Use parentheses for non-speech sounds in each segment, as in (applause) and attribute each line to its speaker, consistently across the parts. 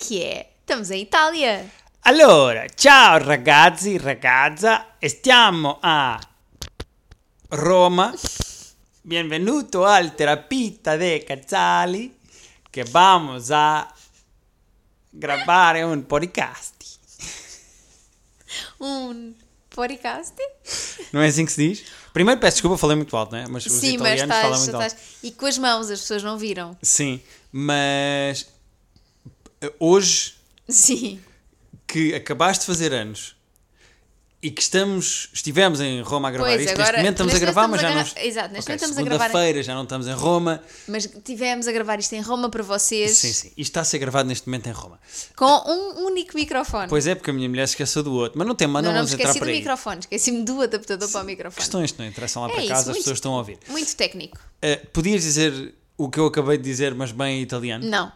Speaker 1: que é? Estamos em Itália.
Speaker 2: Allora, ciao ragazzi, ragazza, stiamo a Roma. Benvenuto al terapista de Cazzali, che vamos a gravare un podcast.
Speaker 1: Um podcast.
Speaker 2: Não é assim que se diz? Primeiro peço desculpa, falei muito alto, não é? Mas os
Speaker 1: Sim, mas
Speaker 2: italianos falam
Speaker 1: estás,
Speaker 2: muito
Speaker 1: já
Speaker 2: alto.
Speaker 1: estás. E com as mãos, as pessoas não viram. (laughs)
Speaker 2: Sim, mas eh, hoje
Speaker 1: Sim.
Speaker 2: que acabaste de fazer anos e que estamos, estivemos em Roma a gravar
Speaker 1: Pois,
Speaker 2: isto, neste
Speaker 1: agora-
Speaker 2: momento estamos a
Speaker 1: neste
Speaker 2: gravar,
Speaker 1: momento
Speaker 2: mas já não...
Speaker 1: estamos a gra- Exato, neste
Speaker 2: Ok,
Speaker 1: momento estamos a gravar em-
Speaker 2: Segunda-feira já não estamos em Roma.
Speaker 1: Mas tivemos a gravar isto em Roma para vocês
Speaker 2: Sim, sim. Isto está a ser gravado neste momento em Roma.
Speaker 1: com um único microfone.
Speaker 2: Pois é, porque a minha mulher se esqueceu do outro. Mas não tem mal,
Speaker 1: não,
Speaker 2: não,
Speaker 1: não me
Speaker 2: vamos entrar
Speaker 1: esqueci do
Speaker 2: por aí.
Speaker 1: microfone, esqueci-me do adaptador para o microfone.
Speaker 2: Questões que não interessam lá
Speaker 1: É
Speaker 2: para
Speaker 1: isso,
Speaker 2: casa, as
Speaker 1: muito-
Speaker 2: pessoas estão a ouvir.
Speaker 1: Muito técnico.
Speaker 2: Uh, podias dizer o que eu acabei de dizer, mas bem em italiano?
Speaker 1: Não.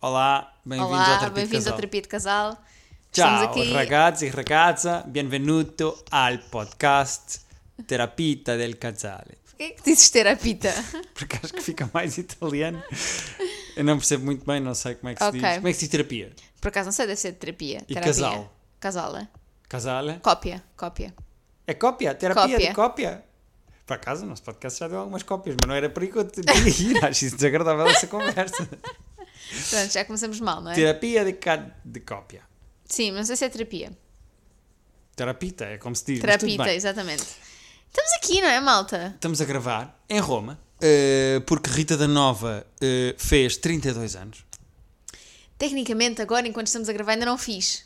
Speaker 2: Olá, Hum. bem-vindos ao
Speaker 1: Hum. Olá,
Speaker 2: Terapia de
Speaker 1: bem-vindos ao
Speaker 2: Casal.
Speaker 1: Terapia de Casal. Estamos
Speaker 2: Ciao
Speaker 1: aqui.
Speaker 2: ragazzi e ragazza, benvenuto al podcast Terapita del Casale.
Speaker 1: Porquê é que dizes terapita?
Speaker 2: Porque acho que fica mais italiano. Eu não percebo muito bem, não sei como é que se
Speaker 1: Ok.
Speaker 2: diz. Como é que se diz terapia?
Speaker 1: (laughs) Por acaso não sei, deve ser de terapia.
Speaker 2: E
Speaker 1: terapia.
Speaker 2: casal?
Speaker 1: Casala.
Speaker 2: Casale?
Speaker 1: Cópia, cópia.
Speaker 2: É cópia? Terapia
Speaker 1: Cópia.
Speaker 2: de cópia? Por acaso, o nosso podcast já deu algumas cópias, mas não era por aí que eu te
Speaker 1: (laughs)
Speaker 2: diria. Acho isso desagradável essa conversa.
Speaker 1: Pronto, já começamos mal, não é?
Speaker 2: Terapia de, ca... de cópia.
Speaker 1: Sim, mas não sei se é terapia.
Speaker 2: Terapita, é como se diz. mas tudo
Speaker 1: Terapita,
Speaker 2: bem.
Speaker 1: exatamente. Estamos aqui, não é, malta?
Speaker 2: Estamos a gravar em Roma, eh, porque Rita da Nova eh, fez 32 anos.
Speaker 1: Tecnicamente, agora, enquanto estamos a gravar, ainda não fiz.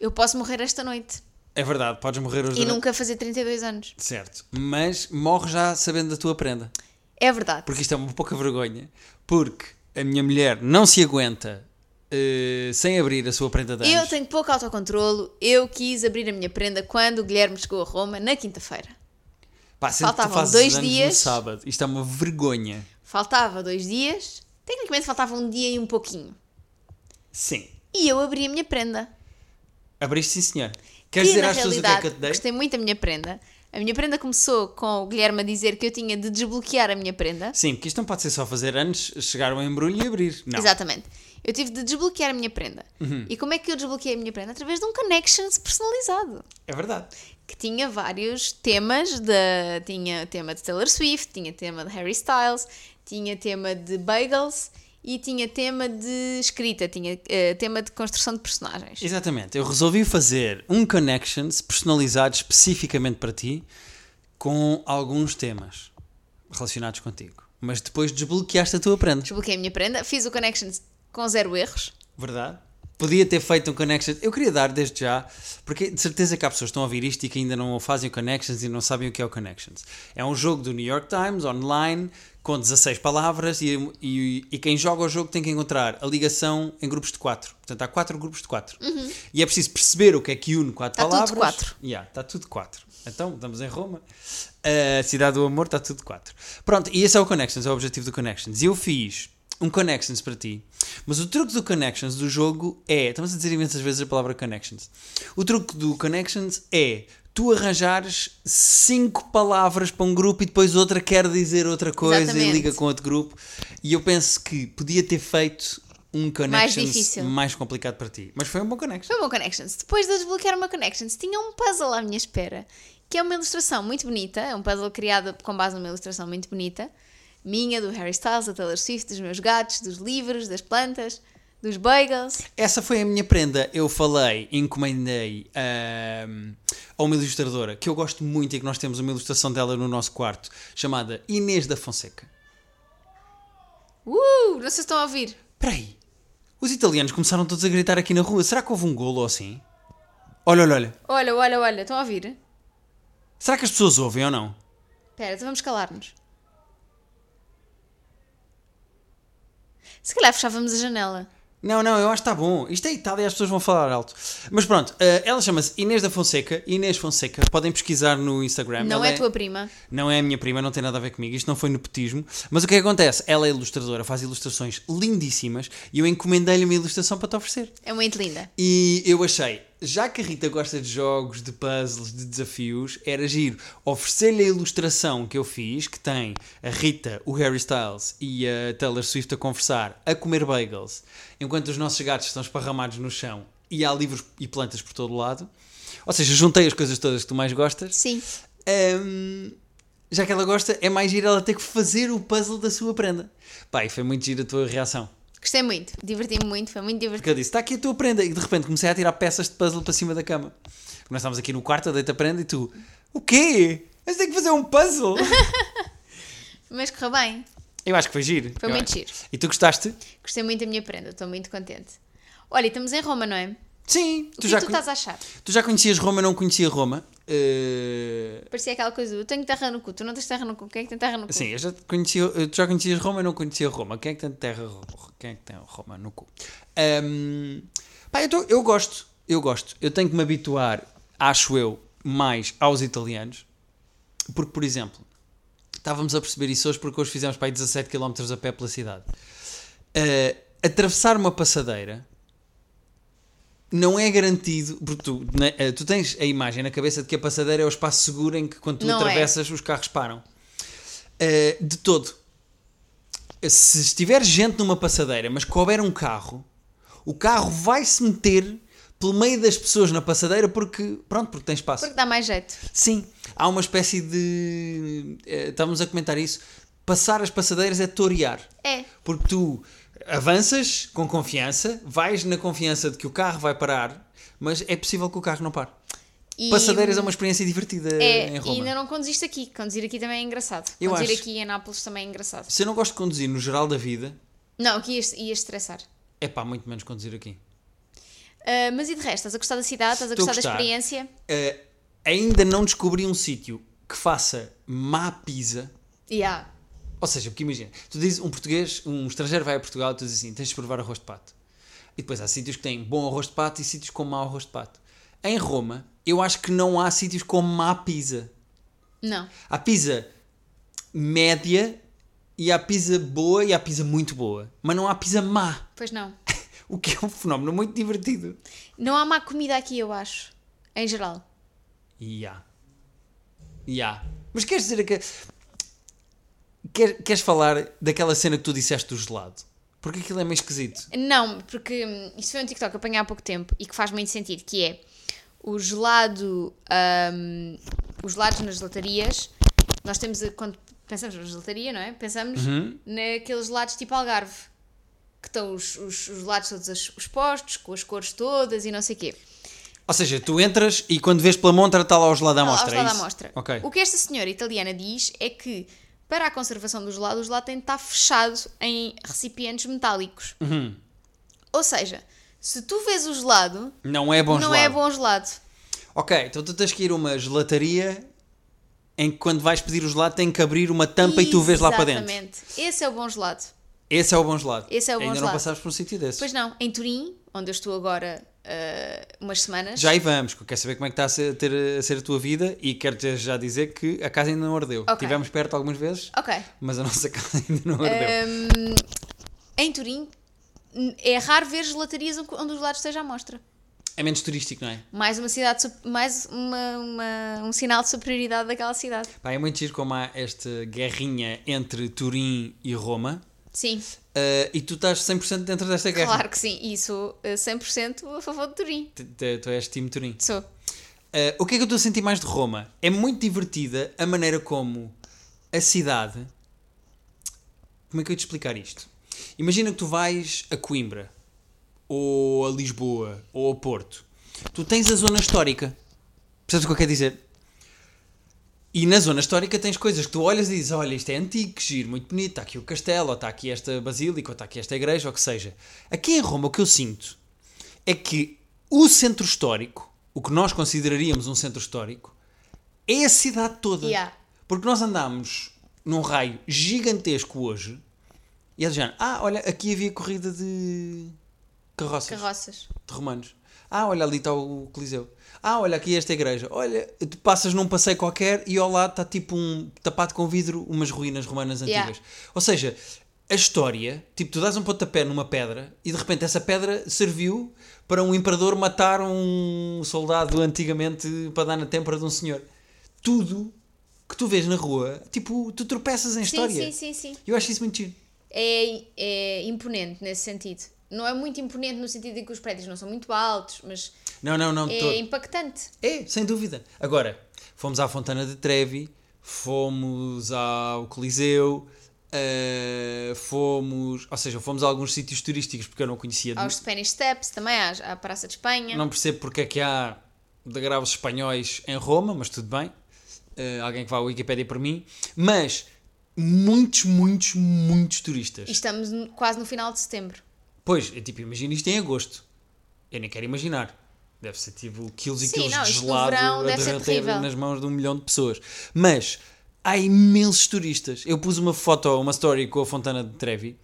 Speaker 1: Eu posso morrer esta noite
Speaker 2: É verdade, podes morrer hoje.
Speaker 1: e
Speaker 2: durante-
Speaker 1: nunca fazer 32 anos.
Speaker 2: Certo, mas morre já sabendo da tua prenda.
Speaker 1: É verdade.
Speaker 2: Porque isto é uma pouca vergonha. Porque a minha mulher não se aguenta eh, sem abrir a sua prenda de anos.
Speaker 1: Eu tenho pouco autocontrolo. Eu quis abrir a minha prenda quando o Guilherme chegou a Roma, na quinta-feira.
Speaker 2: Pá, sempre que tu
Speaker 1: faltavam
Speaker 2: fazes
Speaker 1: dois
Speaker 2: anos no
Speaker 1: dias.
Speaker 2: sábado. Isto é uma vergonha.
Speaker 1: Faltava dois dias. Tecnicamente, faltava um dia e um pouquinho.
Speaker 2: Sim.
Speaker 1: E eu abri a minha prenda.
Speaker 2: Abriste sim, senhor. Queres
Speaker 1: que,
Speaker 2: dizer
Speaker 1: na
Speaker 2: às pessoas o que é
Speaker 1: realidade,
Speaker 2: que eu te dei?
Speaker 1: Gostei muito da minha prenda. A minha prenda começou com o Guilherme a dizer que eu tinha de desbloquear a minha prenda.
Speaker 2: Sim, porque isto não pode ser só fazer anos, chegar ao embrulho e abrir. Não.
Speaker 1: Exatamente. Eu tive de desbloquear a minha prenda. E como é que eu desbloqueei a minha prenda? Através de um connections personalizado.
Speaker 2: É verdade.
Speaker 1: Que tinha vários temas de, tinha tema de Taylor Swift, tinha tema de Harry Styles, tinha tema de bagels e tinha tema de escrita, tinha eh, tema de construção de personagens.
Speaker 2: Exatamente. Eu resolvi fazer um Connections personalizado especificamente para ti com alguns temas relacionados contigo. Mas depois desbloqueaste a tua prenda.
Speaker 1: Desbloqueei a minha prenda, fiz o connections com zero erros.
Speaker 2: Verdade? Podia ter feito um Connections. Eu queria dar desde já, porque de certeza que há pessoas que estão a ouvir isto e que ainda não fazem o Connections e não sabem o que é o Connections. É um jogo do New York Times, online, com 16 palavras e, e, e quem joga o jogo tem que encontrar a ligação em grupos de 4. Portanto, há 4 grupos de 4. E é preciso perceber o que é que une 4
Speaker 1: Está Uhum. Tá tudo
Speaker 2: palavras.
Speaker 1: quatro.
Speaker 2: Yeah, está tudo 4. Então, estamos em Roma. A cidade do amor está tudo 4. Pronto, e esse é o Connections, é o objetivo do Connections. E eu fiz um Connections para ti. Mas o truque do Connections do jogo é. Estamos a dizer imensas vezes a palavra Connections. O truque do Connections é tu arranjares cinco palavras para um grupo e depois outra quer dizer outra coisa e
Speaker 1: Exatamente.
Speaker 2: liga com outro grupo. E eu penso que podia ter feito um Connections
Speaker 1: difícil.
Speaker 2: mais complicado para ti. Mas foi um bom Connections.
Speaker 1: Foi o meu Connections. Depois de desbloquear o meu Connections, tinha um puzzle à minha espera, que é uma ilustração muito bonita, é um puzzle criado com base numa ilustração muito bonita, minha, do Harry Styles, da Taylor Swift, dos meus gatos, dos livros, das plantas, dos bagels.
Speaker 2: Essa foi a minha prenda. Eu falei, encomendei ahm, a uma ilustradora que eu gosto muito e que nós temos uma ilustração dela no nosso quarto, chamada Inês da Fonseca.
Speaker 1: Uh, não sei se estão a ouvir.
Speaker 2: Espera aí, os italianos começaram todos a gritar aqui na rua. Será que houve um golo ou assim? Olha, olha, olha.
Speaker 1: Olha, olha, olha, estão a ouvir?
Speaker 2: Será que as pessoas ouvem ou não?
Speaker 1: Espera, então vamos calar-nos. Se calhar fechávamos a janela.
Speaker 2: Não, não, eu acho que está bom. Isto é Itália, as pessoas vão falar alto. Mas pronto, ah, ela chama-se Inês da Fonseca. Inês Fonseca, podem pesquisar no Instagram.
Speaker 1: Não
Speaker 2: Ela
Speaker 1: é tua prima.
Speaker 2: Não é a minha prima, não tem nada a ver comigo, isto não foi nepotismo. Mas o que é que acontece? Ela é ilustradora, faz ilustrações lindíssimas e eu encomendei-lhe uma ilustração para te oferecer.
Speaker 1: É muito linda.
Speaker 2: E eu achei, já que a Rita gosta de jogos, de puzzles, de desafios, era giro oferecer-lhe a ilustração que eu fiz, que tem a Rita, o Harry Styles e a Taylor Swift a conversar, a comer bagels, enquanto os nossos gatos estão esparramados no chão e há livros e plantas por todo o lado. Ou seja, juntei as coisas todas que tu mais gostas.
Speaker 1: Sim.
Speaker 2: Ahm, já que ela gosta, é mais giro ela ter que fazer o puzzle da sua prenda. Pá, e foi muito giro a tua reação.
Speaker 1: Gostei muito. Diverti-me muito. Foi muito divertido.
Speaker 2: Porque eu disse, está aqui a tua prenda. E de repente comecei a tirar peças de puzzle para cima da cama. Nós estávamos aqui no quarto, eu deito a prenda e tu, o quê? Mas tem que fazer
Speaker 1: (laughs)
Speaker 2: um puzzle?
Speaker 1: Mas correu bem.
Speaker 2: eu acho que foi giro.
Speaker 1: Foi
Speaker 2: Eu
Speaker 1: muito
Speaker 2: acho.
Speaker 1: giro.
Speaker 2: E tu gostaste?
Speaker 1: Gostei muito da minha prenda. Estou muito contente. Olha, e estamos em Roma, não é?
Speaker 2: Sim.
Speaker 1: O
Speaker 2: Tu
Speaker 1: que
Speaker 2: já,
Speaker 1: tu
Speaker 2: con-
Speaker 1: estás a achar?
Speaker 2: tu já conhecias Roma, eu não conhecia Roma. Eh,
Speaker 1: Parecia aquela coisa do eu tenho terra no cu, tu não tens terra no cu, quem é que tem terra no cu?
Speaker 2: Sim, eu já conhecia, tu já conhecias Roma, eu não conhecia Roma. Quem é que tem terra, quem é que tem Roma no cu? Ahm, pá, eu, tô- eu gosto, eu gosto. Eu tenho que me habituar, acho eu, mais aos italianos. Porque, por exemplo, estávamos a perceber isso hoje porque hoje fizemos para aí 17 km a pé pela cidade. Ah, atravessar uma passadeira não é garantido, porque tu, né, ah, tu tens a imagem na cabeça de que a passadeira é o espaço seguro em que quando tu
Speaker 1: Não é.
Speaker 2: atravessas os carros param. Ah, de todo. Se estiver gente numa passadeira, mas couber um carro, o carro vai se meter pelo meio das pessoas na passadeira porque, pronto, porque tem espaço.
Speaker 1: Porque dá mais jeito.
Speaker 2: Sim, há uma espécie de. eh, Estávamos a comentar isso. Passar as passadeiras é torear.
Speaker 1: É.
Speaker 2: Porque tu avanças com confiança, vais na confiança de que o carro vai parar, mas é possível que o carro não pare.
Speaker 1: E,
Speaker 2: Passadeiras é uma experiência divertida
Speaker 1: é,
Speaker 2: em
Speaker 1: e
Speaker 2: Roma.
Speaker 1: ainda não conduziste aqui. Conduzir aqui também é engraçado.
Speaker 2: Eu
Speaker 1: conduzir
Speaker 2: acho.
Speaker 1: aqui em Nápoles também é engraçado.
Speaker 2: Se eu não gosto de conduzir no geral da vida,
Speaker 1: Não, aqui ias, ias estressar.
Speaker 2: é pá, muito menos conduzir aqui.
Speaker 1: Ah, mas e de resto? Estás a gostar da cidade? Estás a
Speaker 2: Estou a
Speaker 1: gostar da
Speaker 2: gostar.
Speaker 1: experiência?
Speaker 2: Eh, ainda não descobri um sítio que faça má pizza.
Speaker 1: Yeah.
Speaker 2: Ou seja, porque imagina, tu dizes um português, um estrangeiro vai a Portugal e tu dizes assim: tens de provar arroz de pato. E depois há sítios que têm bom arroz de pato e sítios com mau arroz de pato. Em Roma, eu acho que não há sítios com má pizza.
Speaker 1: Não.
Speaker 2: Há pizza média e há pizza boa e há pizza muito boa. Mas não há pizza má, (laughs)
Speaker 1: Pois não.
Speaker 2: o que é um fenómeno muito divertido.
Speaker 1: Não há má comida aqui, eu acho. Em geral.
Speaker 2: E há. E há. Mas queres dizer que. Quer, queres falar daquela cena que tu disseste do gelado? Porque aquilo é meio esquisito.
Speaker 1: Não, porque hum, isso foi um TikTok que eu apanhei há pouco tempo e que faz muito sentido, que é o gelado, hum, os gelados nas gelatarias, nós temos, a- quando pensamos na gelataria, não é? Pensamos
Speaker 2: Uhum.
Speaker 1: naqueles gelados tipo Algarve, que estão os, os, os gelados todos as- expostos, com as cores todas e não sei o quê.
Speaker 2: Ou seja, tu entras e quando vês pela montra está lá o gelado à
Speaker 1: Ao- ao
Speaker 2: mostra. é
Speaker 1: gelado à
Speaker 2: isso?
Speaker 1: mostra.
Speaker 2: Ok.
Speaker 1: O que esta senhora italiana diz é que para a conservação do gelado, o gelado tem de estar fechado em recipientes metálicos.
Speaker 2: Uhum.
Speaker 1: Ou seja, se tu vês o gelado,
Speaker 2: Não é bom
Speaker 1: não
Speaker 2: gelado.
Speaker 1: é bom gelado.
Speaker 2: Ok, então tu tens que ir a uma gelataria em que quando vais pedir o gelado tem que abrir uma tampa e tu vês lá para dentro.
Speaker 1: Exatamente. Esse é o bom gelado.
Speaker 2: Esse é o bom gelado.
Speaker 1: Esse é o bom
Speaker 2: Ainda não
Speaker 1: gelado.
Speaker 2: passaste por um sítio desse.
Speaker 1: Pois não, em Turim, onde eu estou agora ah, umas semanas,
Speaker 2: Já aí vamos, que eu quero saber como é que está a ser, ter- a ser a tua vida e quero-te já dizer que a casa ainda não ardeu.
Speaker 1: Ok.
Speaker 2: Estivemos perto algumas vezes,
Speaker 1: Ok.
Speaker 2: mas a nossa (laughs) casa ainda não ardeu.
Speaker 1: Hum. em Turim n- é raro ver gelatarias onde onde o gelado esteja à mostra.
Speaker 2: É menos turístico, não é?
Speaker 1: Mais uma cidade, sup- mais uma- uma- um sinal de superioridade daquela cidade.
Speaker 2: Pá, é muito giro como há esta guerrinha entre Turim e Roma.
Speaker 1: Sim,
Speaker 2: eh, e tu estás 100% dentro desta guerra.
Speaker 1: claro que sim. E sou ah, 100% a favor de Turim.
Speaker 2: Tu- Tu tu és time Turim.
Speaker 1: Sou.
Speaker 2: Eh, o que é que eu estou a sentir mais de Roma? É muito divertida a maneira como a cidade. Como é que eu ia te explicar isto? Imagina que tu vais a Coimbra, ou a Lisboa, ou a Porto. Tu tens a zona histórica. Percebes o que eu quero dizer? E na zona histórica tens coisas que tu olhas e dizes: Olha, isto é antigo, que giro, muito bonito, está aqui o castelo, ou está aqui esta basílica, ou está aqui esta igreja, ou o que seja. Aqui em Roma, o que eu sinto é que o centro histórico, o que nós consideraríamos um centro histórico, é a cidade toda.
Speaker 1: Yeah.
Speaker 2: Porque nós andámos num raio gigantesco hoje e é do género: Ah, olha, aqui havia corrida de carroças
Speaker 1: Carroças.
Speaker 2: de romanos. Ah, olha, ali está o Coliseu. Ah, olha, aqui esta igreja. Olha, tu passas num passeio qualquer e ao lado está tipo um tapado com vidro, umas ruínas romanas antigas.
Speaker 1: Yeah.
Speaker 2: Ou seja, a história, tipo, tu dás um pontapé numa pedra e de repente essa pedra serviu para um imperador matar um soldado antigamente para dar na têmpora de um senhor. Tudo que tu vês na rua, tipo, tu tropeças em
Speaker 1: Sim, sim,
Speaker 2: história.
Speaker 1: sim, sim.
Speaker 2: Eu acho isso muito giro.
Speaker 1: É, é imponente nesse sentido. Não é muito imponente no sentido em que os prédios não são muito altos, mas
Speaker 2: Não, não, não.
Speaker 1: é
Speaker 2: todo.
Speaker 1: impactante.
Speaker 2: É, sem dúvida. Agora, fomos à Fontana de Trevi, fomos ao Coliseu, eh, fomos. Ou seja, fomos a alguns sítios turísticos porque eu não conhecia. de-
Speaker 1: Aos Spanish Steps também, à, à Praça de Espanha.
Speaker 2: Uhum. Não percebo porque é que há degraus espanhóis em Roma, mas tudo bem. Eh, alguém que vá à Wikipédia por mim. Mas muitos, muitos, muitos turistas.
Speaker 1: E estamos no- quase no final de setembro.
Speaker 2: Pois, é tipo, imagina isto em agosto. Eu nem quero imaginar. Deve ser tipo quilos e
Speaker 1: Sim,
Speaker 2: quilos
Speaker 1: não,
Speaker 2: de
Speaker 1: isto no
Speaker 2: gelado
Speaker 1: verão
Speaker 2: a
Speaker 1: deve ser
Speaker 2: derreter
Speaker 1: terrível.
Speaker 2: nas mãos de um milhão de pessoas. Mas há imensos turistas. Eu pus uma foto, uma story com a Fontana de Trevi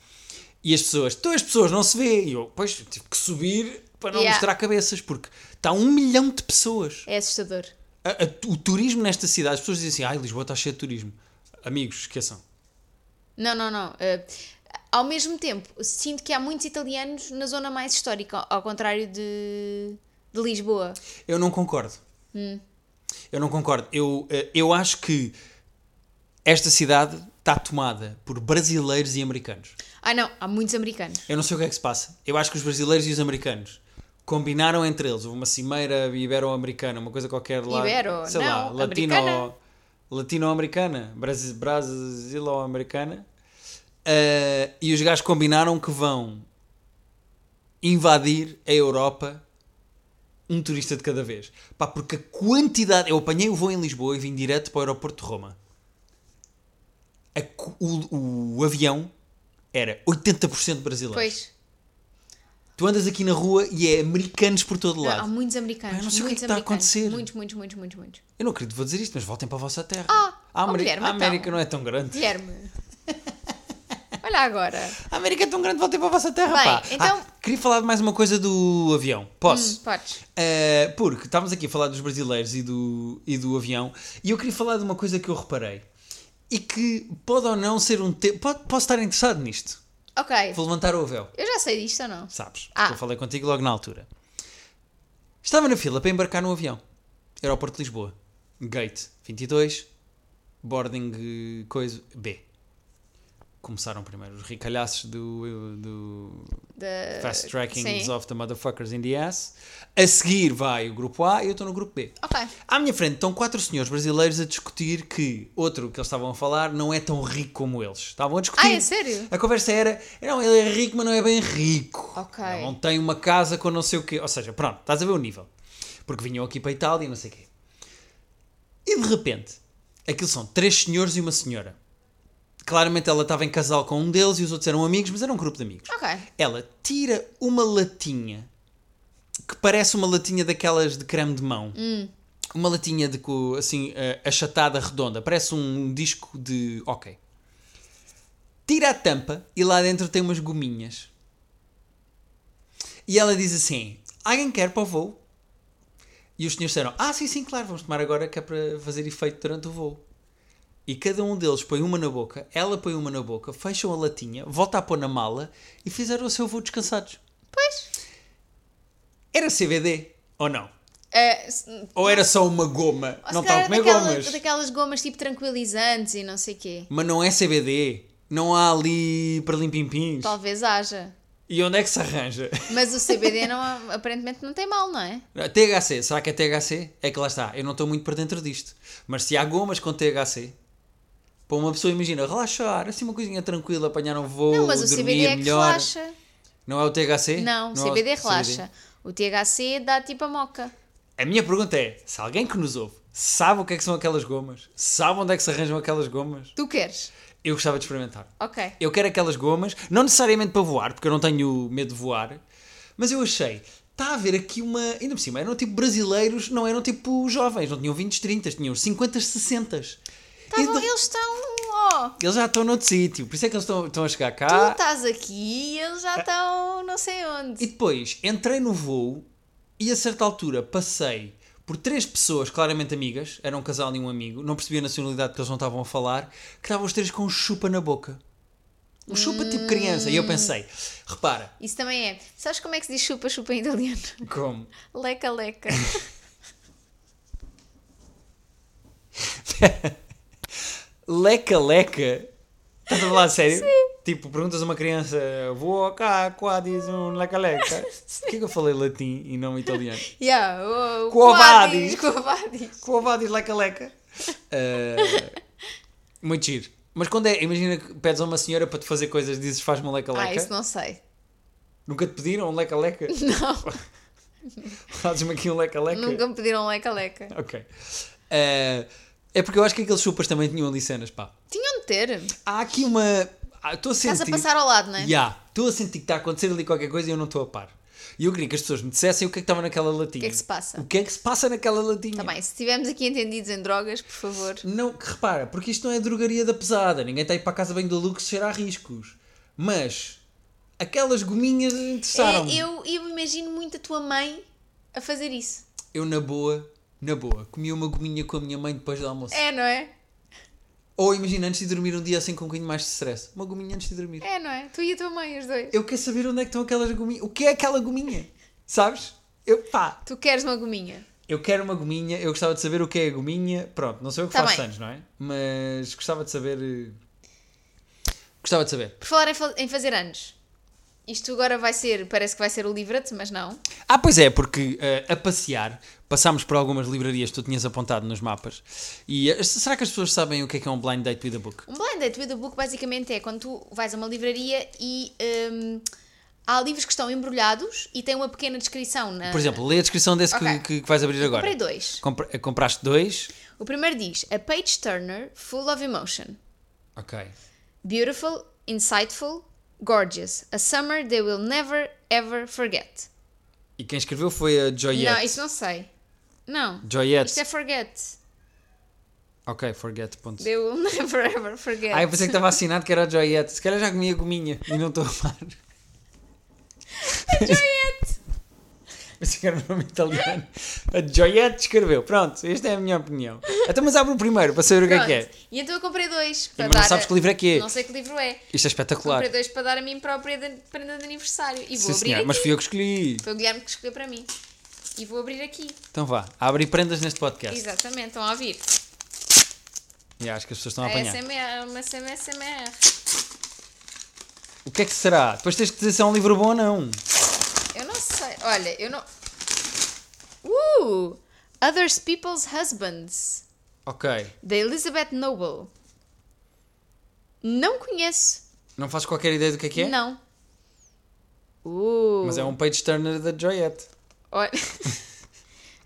Speaker 2: e as pessoas, tu as pessoas não se vê. E eu, pois, tive que subir para não
Speaker 1: Yeah.
Speaker 2: mostrar cabeças, porque está um milhão de pessoas.
Speaker 1: É assustador.
Speaker 2: A- a- o turismo nesta cidade, as pessoas dizem assim, ai, Lisboa está cheia de turismo. Amigos, esqueçam.
Speaker 1: Não, não, não. Eh, ao mesmo tempo, sinto que há muitos italianos na zona mais histórica, ao- ao contrário de, de Lisboa.
Speaker 2: Eu não concordo. Eu não concordo. Eu, eh, eu acho que esta cidade está tomada por brasileiros e americanos.
Speaker 1: Ah, não, há muitos americanos.
Speaker 2: Eu não sei o que é que se passa. Eu acho que os brasileiros e os americanos combinaram entre eles. Houve uma cimeira ibero-americana, uma coisa qualquer lá.
Speaker 1: Ibero,
Speaker 2: sei
Speaker 1: não,
Speaker 2: lá,
Speaker 1: americana.
Speaker 2: latino, latino-americano, brasi- brasilo-americana. Eh, e os gajos combinaram que vão invadir a Europa um turista de cada vez. Pá, porque a quantidade. Eu apanhei o voo em Lisboa e vim direto para o aeroporto de Roma. A cu- o, o avião era 80% brasileiro.
Speaker 1: Pois,
Speaker 2: Tu andas aqui na rua e é americanos por todo
Speaker 1: não, há
Speaker 2: lado.
Speaker 1: muitos americanos.
Speaker 2: Pá, eu não sei o que é
Speaker 1: muitos
Speaker 2: que está a
Speaker 1: americanos.
Speaker 2: acontecer.
Speaker 1: Muitos, muitos, muitos, muitos, muitos.
Speaker 2: Eu não acredito, vou dizer isto, mas voltem para a vossa terra.
Speaker 1: Ah,
Speaker 2: a,
Speaker 1: oh, Guilherme,
Speaker 2: a América
Speaker 1: então.
Speaker 2: não é tão grande. (laughs)
Speaker 1: Guilherme. Olha agora.
Speaker 2: A América é tão grande, voltem para a vossa terra,
Speaker 1: Bem,
Speaker 2: pá.
Speaker 1: então-
Speaker 2: Ah, queria falar de mais uma coisa do avião. Posso?
Speaker 1: Hum, podes.
Speaker 2: Uh, porque estávamos aqui a falar dos brasileiros e do, e do avião, e eu queria falar de uma coisa que eu reparei e que pode ou não ser um tema. Posso estar interessado nisto?
Speaker 1: Ok.
Speaker 2: Vou levantar o véu,
Speaker 1: Eu já sei disto ou não?
Speaker 2: sabes?
Speaker 1: Ah.
Speaker 2: porque Eu falei contigo logo na altura. Estava na fila para embarcar no avião, Aeroporto de Lisboa, Gate 22, boarding eh, coisa B. Começaram primeiro os ricalhaços do- eh, do,
Speaker 1: Da-
Speaker 2: Fast tracking
Speaker 1: eh, Sim.
Speaker 2: of the motherfuckers in the ass. A seguir vai o grupo A e eu estou no grupo B.
Speaker 1: Ok.
Speaker 2: À minha frente estão quatro senhores brasileiros a discutir que outro que eles estavam a falar não é tão rico como eles. Estavam a discutir.
Speaker 1: Ah, é sério?
Speaker 2: A conversa era, não, ele é rico, mas não é bem rico.
Speaker 1: Ok.
Speaker 2: Ele Não tem uma casa com não sei o quê. Ou seja, pronto, estás a ver o nível. Porque vinham aqui para a Itália e não sei o quê. E de repente, aquilo são três senhores e uma senhora. Claramente ela estava em casal com um deles e os outros eram amigos, mas era um grupo de amigos
Speaker 1: Ok.
Speaker 2: ela tira uma latinha que parece uma latinha daquelas de creme de mão. Uma latinha de co- assim eh, achatada redonda, parece um disco de OK. Tira a tampa e lá dentro tem umas gominhas. E ela diz assim: "Alguém quer para o voo?" E os senhores disseram: "Ah, sim, sim, claro, vamos tomar agora que é para fazer efeito durante o voo." E cada um deles põe uma na boca, ela põe uma na boca, fecham a latinha, volta a pôr na mala e fizeram o seu voo descansados.
Speaker 1: Pois.
Speaker 2: Era CBD ou não?
Speaker 1: Eh, se-
Speaker 2: Ou era só uma goma?
Speaker 1: Ou se
Speaker 2: não está a
Speaker 1: calhar
Speaker 2: comer
Speaker 1: daquela-
Speaker 2: gomas.
Speaker 1: Daquelas gomas tipo tranquilizantes e não sei quê.
Speaker 2: Mas não é CBD. Não há ali para limpimpins.
Speaker 1: Talvez haja.
Speaker 2: E onde é que se arranja?
Speaker 1: Mas o CBD não, (laughs) aparentemente não tem mal, não é?
Speaker 2: THC, será que é THC? É que lá está, eu não estou muito por dentro disto. Mas se há gomas com THC, para uma pessoa, imagina, relaxar, assim uma coisinha tranquila, apanhar um voo,
Speaker 1: Não, mas o
Speaker 2: dormir
Speaker 1: CBD é que
Speaker 2: melhor.
Speaker 1: relaxa.
Speaker 2: Não é o THC?
Speaker 1: Não, o
Speaker 2: é
Speaker 1: CBD relaxa. O THC dá tipo a moca.
Speaker 2: A minha pergunta é: se alguém que nos ouve sabe o que é que são aquelas gomas, sabe onde é que se arranjam aquelas gomas,
Speaker 1: Tu queres?
Speaker 2: eu gostava de experimentar.
Speaker 1: Ok.
Speaker 2: Eu quero aquelas gomas, não necessariamente para voar, porque eu não tenho medo de voar, mas eu achei. Está a haver aqui uma. Ainda por cima, eram tipo brasileiros, não eram tipo jovens, não tinham 20, 30, tinham 50, 60.
Speaker 1: Tá bom, eles estão. ó,
Speaker 2: Eles já estão noutro sítio, por isso é que eles estão, estão a chegar
Speaker 1: tu
Speaker 2: cá.
Speaker 1: estás aqui e eles já estão não sei onde.
Speaker 2: E depois entrei no voo e a certa altura passei por três pessoas claramente amigas, era um casal e um amigo, não percebi a nacionalidade que eles não estavam a falar, que estavam os três com um chupa na boca. Um chupa tipo criança. E eu pensei, repara,
Speaker 1: Isso também é. Sabes como é que se diz chupa-chupa em italiano? (laughs)
Speaker 2: como? (laughs)
Speaker 1: Leca-leca.
Speaker 2: Leca, leca. Estás a falar a sério? Tipo, perguntas a uma criança, vou cá, qua, diz um leca, leca. Porquê que eu falei latim e não italiano?
Speaker 1: yeah, o, o
Speaker 2: Quo vadis?
Speaker 1: quo vadis.
Speaker 2: Com a vá diz leca, leca. Ah, muito giro. Mas quando é, imagina que pedes a uma senhora para te fazer coisas, dizes faz-me um leca, leca.
Speaker 1: Ah, isso não sei.
Speaker 2: Nunca te pediram um leca, leca?
Speaker 1: (laughs) Não,
Speaker 2: Fazes-me aqui um leca, leca.
Speaker 1: nunca me pediram leca-leca.
Speaker 2: Ok. Ah, é porque eu acho que aqueles chupas também tinham ali cenas, pá.
Speaker 1: Tinham de ter.
Speaker 2: Há aqui uma. ah, Estou a sentir.
Speaker 1: Estás a passar ao lado, não é?
Speaker 2: Ya, estou a sentir que está a acontecer ali qualquer coisa e eu não estou a par. E eu queria que as pessoas me dissessem o que é que estava naquela
Speaker 1: O
Speaker 2: latinha.
Speaker 1: que é que se passa?
Speaker 2: O que é que se passa naquela latinha?
Speaker 1: Tá bem, se estivermos aqui entendidos em drogas, por favor.
Speaker 2: Não, que repara, porque isto não é drogaria da pesada. Ninguém está a ir para a casa bem do luxo cheirar a riscos. Mas aquelas gominhas interessaram.
Speaker 1: É, eu, eu imagino muito a tua mãe a fazer isso.
Speaker 2: eu, na boa, na boa, comi uma gominha com a minha mãe depois do almoço.
Speaker 1: É, não é?
Speaker 2: Ou imagina, antes de dormir um dia assim com um bocadinho mais de stress. Uma gominha antes de dormir.
Speaker 1: É, não é? Tu e a tua mãe, os dois.
Speaker 2: Eu quero saber onde é que estão aquelas gominhas. O que é aquela gominha? Sabes? Eu, pá,
Speaker 1: Tu queres uma gominha.
Speaker 2: Eu quero uma gominha, eu gostava de saber o que é a gominha. Pronto, não sei o que
Speaker 1: Tá
Speaker 2: faço
Speaker 1: bem.
Speaker 2: anos, não é? Mas gostava de saber. eh, Gostava de saber.
Speaker 1: Por falar em, fa- em fazer anos. Isto agora vai ser, parece que vai ser o livra-te, mas não.
Speaker 2: Ah, pois é, porque eh, a passear passámos por algumas livrarias que tu tinhas apontado nos mapas. E eh, será que as pessoas sabem o que é que é um blind date with a book?
Speaker 1: Um blind date with a book basicamente é quando tu vais a uma livraria e hum, há livros que estão embrulhados e tem uma pequena descrição na.
Speaker 2: Por exemplo, lê a descrição desse que-
Speaker 1: Ok.
Speaker 2: que, que vais abrir agora.
Speaker 1: Comprei dois.
Speaker 2: Compra- eh, compraste dois.
Speaker 1: O primeiro diz: A page turner full of emotion.
Speaker 2: Ok.
Speaker 1: Beautiful, insightful, gorgeous. A summer they will never ever forget.
Speaker 2: E quem escreveu foi a Joyette.
Speaker 1: Não, isso não sei. Não.
Speaker 2: Joyette.
Speaker 1: Isto é forget.
Speaker 2: Ok, forget. Ponto.
Speaker 1: They will (laughs) never ever forget.
Speaker 2: Ah, eu pensei que estava assinado que era a Joyette. Se calhar já comi a gominha e não estou a par.
Speaker 1: Juliette.
Speaker 2: Pensei que era o nome italiano. A Joyette escreveu. Pronto, esta é a minha opinião. Até mas abre o primeiro para saber o que é que é.
Speaker 1: Pronto. E então eu comprei dois. Para
Speaker 2: Mas não
Speaker 1: dar
Speaker 2: sabes
Speaker 1: a-
Speaker 2: que livro é que é.
Speaker 1: Não sei que livro é.
Speaker 2: Isto é espetacular.
Speaker 1: Comprei dois para dar a mim própria de- prenda de aniversário. E vou
Speaker 2: Sim,
Speaker 1: abrir
Speaker 2: senhor.
Speaker 1: aqui.
Speaker 2: Mas fui eu que escolhi.
Speaker 1: Foi o Guilherme que escolheu para mim. E vou abrir aqui.
Speaker 2: Então vá, abre e prendas neste podcast.
Speaker 1: Exatamente, estão a ouvir.
Speaker 2: E acho que as pessoas estão a
Speaker 1: A
Speaker 2: apanhar.
Speaker 1: SMR, uma SMR.
Speaker 2: O que é que será? Depois tens que dizer se é um livro bom ou não.
Speaker 1: Eu não sei. Olha, eu não. Uh! Others People's Husbands,
Speaker 2: Ok.
Speaker 1: da Elizabeth Noble. Não conheço.
Speaker 2: Não fazes qualquer ideia do que é que é?
Speaker 1: Não. Uh!
Speaker 2: Mas é um page turner da Joyette.
Speaker 1: Olha. (laughs)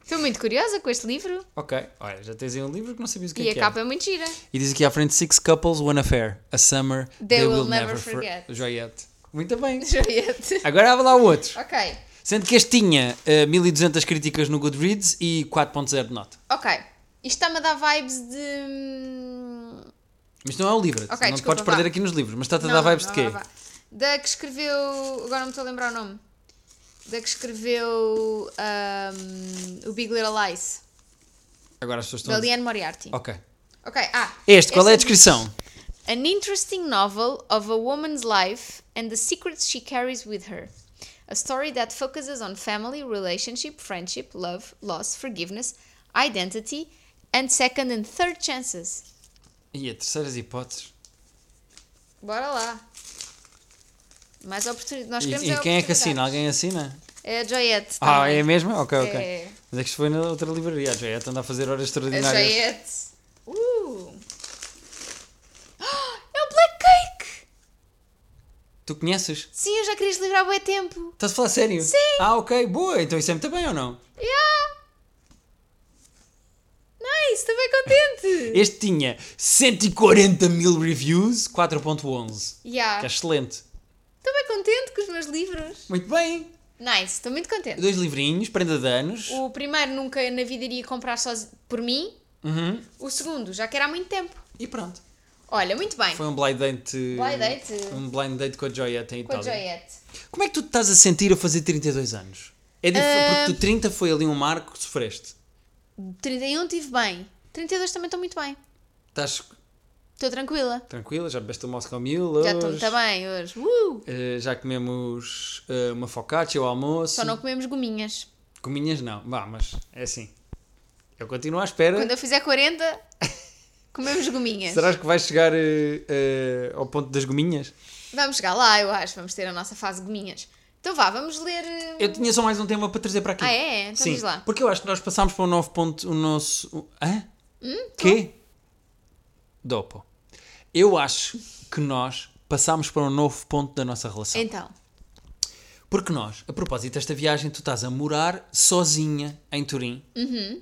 Speaker 1: Estou muito curiosa com este livro.
Speaker 2: Ok. Olha, já tens aí um livro que não sabias o que
Speaker 1: e
Speaker 2: é
Speaker 1: a
Speaker 2: que
Speaker 1: capa
Speaker 2: é.
Speaker 1: é muito gira. (laughs)
Speaker 2: E diz aqui à frente: Six Couples, One Affair. A Summer, They, Will, Never, for-
Speaker 1: Forget.
Speaker 2: Joyette. Muito bem.
Speaker 1: Juliette.
Speaker 2: Agora abre lá o outro.
Speaker 1: ok.
Speaker 2: Sendo que este tinha eh, 1200 críticas no Goodreads e 4.0 de nota.
Speaker 1: Ok. Isto está-me a dar vibes de. hum,
Speaker 2: Mas não é um livro.
Speaker 1: Ok,
Speaker 2: não te
Speaker 1: desculpa,
Speaker 2: podes perder
Speaker 1: vá.
Speaker 2: aqui nos livros. Mas está-te a
Speaker 1: Não,
Speaker 2: dar vibes
Speaker 1: não,
Speaker 2: de quê?
Speaker 1: não, vá. Da que escreveu. Agora não me estou a lembrar o nome. Da que escreveu. um, o Big Little Lies.
Speaker 2: Agora as pessoas
Speaker 1: Da
Speaker 2: estão.
Speaker 1: Liane Moriarty.
Speaker 2: um Ok.
Speaker 1: Ok, ah.
Speaker 2: Este, qual
Speaker 1: esta
Speaker 2: é a
Speaker 1: diz,
Speaker 2: descrição?
Speaker 1: An interesting novel of a woman's life and the secrets she carries with her. A story that focuses on family, relationship, friendship, love, loss, forgiveness, identity and second and third chances.
Speaker 2: E a terceiras hipóteses.
Speaker 1: Bora lá. Mais oportunidades. Nós
Speaker 2: E,
Speaker 1: queremos
Speaker 2: e
Speaker 1: é
Speaker 2: quem é que
Speaker 1: oportunidades.
Speaker 2: assina? Alguém assina?
Speaker 1: É a Joyette.
Speaker 2: Ah,
Speaker 1: também.
Speaker 2: é a mesma? Ok, ok.
Speaker 1: É.
Speaker 2: Mas é que isto foi na outra livraria. A Joyette anda a fazer horas
Speaker 1: A
Speaker 2: extraordinárias.
Speaker 1: Joyette. Uh! (gasps) Ah, É o Black Cake!
Speaker 2: Tu conheces?
Speaker 1: Sim, eu já queria este livro há bué tempo.
Speaker 2: Estás a falar sério?
Speaker 1: Sim.
Speaker 2: Ah, ok. Boa. Então isso é muito bem ou não?
Speaker 1: Yeah! Nice, estou bem
Speaker 2: (laughs)
Speaker 1: contente!
Speaker 2: Este tinha 140 mil reviews, 4.11. Que é
Speaker 1: yeah.
Speaker 2: excelente.
Speaker 1: Estou bem contente com os meus livros.
Speaker 2: Muito bem.
Speaker 1: Nice, estou muito contente.
Speaker 2: Dois livrinhos, prenda de anos.
Speaker 1: O primeiro nunca na vida iria comprar sozinho por mim.
Speaker 2: Uhum.
Speaker 1: O segundo, já que era há muito tempo.
Speaker 2: E pronto.
Speaker 1: Olha, muito bem.
Speaker 2: Foi um blind date.
Speaker 1: Blind date?
Speaker 2: Um blind date com a Joyette em
Speaker 1: Com a
Speaker 2: Itália.
Speaker 1: Joyette.
Speaker 2: Como é que tu te estás a sentir a fazer 32 anos? É diferente,
Speaker 1: Ah.
Speaker 2: porque tu 30 foi ali um marco que sofreste.
Speaker 1: 31 tive bem. 32 também estou muito bem.
Speaker 2: Estás.
Speaker 1: Estou tranquila.
Speaker 2: Tranquila, já bebeste o Moscow Mule
Speaker 1: Já
Speaker 2: hoje.
Speaker 1: estou muito bem hoje. Uh!
Speaker 2: Eh, já comemos eh, uma focaccia ao almoço.
Speaker 1: Só não comemos gominhas.
Speaker 2: Cominhas não. Vá, mas é assim. Eu continuo à espera.
Speaker 1: Quando eu fizer 40, comemos gominhas.
Speaker 2: Serás que vais chegar eh, eh, ao ponto das gominhas?
Speaker 1: Vamos chegar lá, eu acho. Vamos ter a nossa fase gominhas. Então vá, vamos ler. eh,
Speaker 2: Eu tinha só mais um tema para trazer para aqui.
Speaker 1: Ah, é? Então
Speaker 2: Sim,
Speaker 1: diz lá.
Speaker 2: porque eu acho que nós passámos para um novo ponto, o nosso... o- Hã?
Speaker 1: Hum,
Speaker 2: Quê? Dopo. Eu acho que nós passámos para um novo ponto da nossa relação.
Speaker 1: Então,
Speaker 2: Porque nós, a propósito desta viagem, tu estás a morar sozinha em Turim.
Speaker 1: Uhum.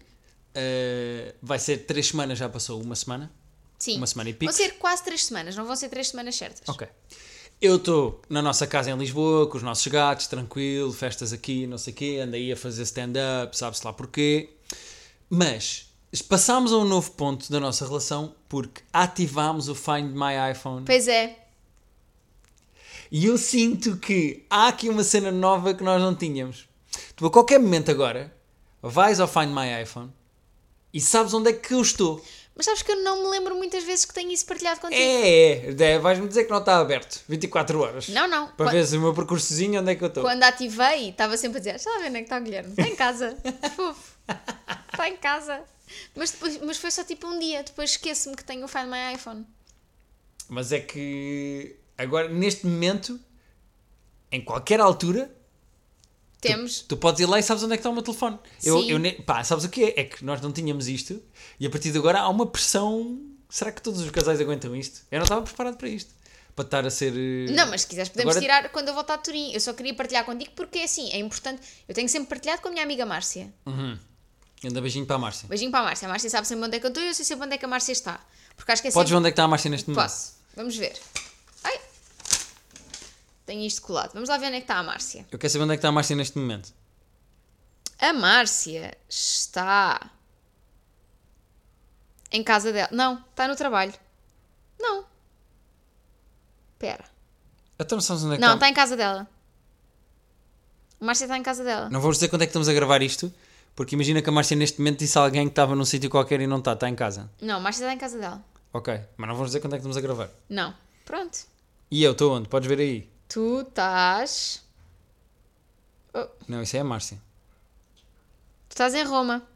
Speaker 2: Eh, vai ser três semanas, já passou uma semana.
Speaker 1: sim.
Speaker 2: Uma semana e
Speaker 1: Vão
Speaker 2: pico.
Speaker 1: ser quase três semanas, não vão ser três semanas certas.
Speaker 2: Ok. Eu estou na nossa casa em Lisboa, com os nossos gatos, tranquilo, festas aqui, não sei o quê, ando aí a fazer stand-up, sabe-se lá porquê. Mas passámos a um novo ponto da nossa relação porque ativámos o Find My iPhone.
Speaker 1: Pois é.
Speaker 2: E eu sinto que há aqui uma cena nova que nós não tínhamos. Tu a qualquer momento agora vais ao Find My iPhone e sabes onde é que eu estou.
Speaker 1: Mas sabes que eu não me lembro muitas vezes que tenho isso partilhado contigo.
Speaker 2: É, é, é vais-me dizer que não está aberto 24 horas.
Speaker 1: Não, não.
Speaker 2: Para
Speaker 1: Qua-
Speaker 2: ver se o meu percursozinho onde é que eu estou.
Speaker 1: Quando ativei, estava sempre a dizer: Está a ver onde é que está o Guilherme? Está em
Speaker 2: (laughs)
Speaker 1: casa. Fofo. Está em casa. Mas, depois, mas foi só tipo um dia. Depois esqueço-me que tenho o Find My iPhone.
Speaker 2: Mas é que agora, neste momento, em qualquer altura,
Speaker 1: Temos.
Speaker 2: tu podes ir lá e sabes onde é que está o meu telefone. Eu,
Speaker 1: Sim.
Speaker 2: eu ne- pá, sabes o que é? É que nós não tínhamos isto e a partir de agora há uma pressão. Será que todos os casais aguentam isto? Eu não estava preparado para isto. Para estar a ser. eh,
Speaker 1: Não, mas se quiseres, podemos
Speaker 2: Agora-
Speaker 1: tirar quando eu voltar a Turim. Eu só queria partilhar contigo porque assim, é importante. Eu tenho sempre partilhado com a minha amiga Márcia.
Speaker 2: Anda beijinho para a Márcia.
Speaker 1: Beijinho para a Márcia. A Márcia sabe sempre onde é que eu estou e eu sei sempre onde é que a Márcia está. Porque acho que é sempre.
Speaker 2: Podes ver onde é que está a Márcia neste momento?
Speaker 1: Posso. Vamos ver. Ai! Tenho isto colado. Vamos lá ver onde é que está a Márcia.
Speaker 2: Eu quero saber onde é que está a Márcia neste momento.
Speaker 1: A Márcia está em casa dela. Não, está no trabalho. Não. Pera.
Speaker 2: Então não sabes onde é que
Speaker 1: Não,
Speaker 2: está.
Speaker 1: está em casa dela. A Márcia está em casa dela.
Speaker 2: Não vamos dizer quando é que estamos a gravar isto, porque imagina que a Márcia neste momento disse a alguém que estava num sítio qualquer e não está, está em casa.
Speaker 1: Não, a Márcia está em casa dela.
Speaker 2: Ok, mas não vamos dizer quando é que estamos a gravar.
Speaker 1: Não. Pronto.
Speaker 2: E eu estou onde? Podes ver aí.
Speaker 1: Tu estás. Oh, tu
Speaker 2: Não, isso é a Márcia.
Speaker 1: estás em Roma.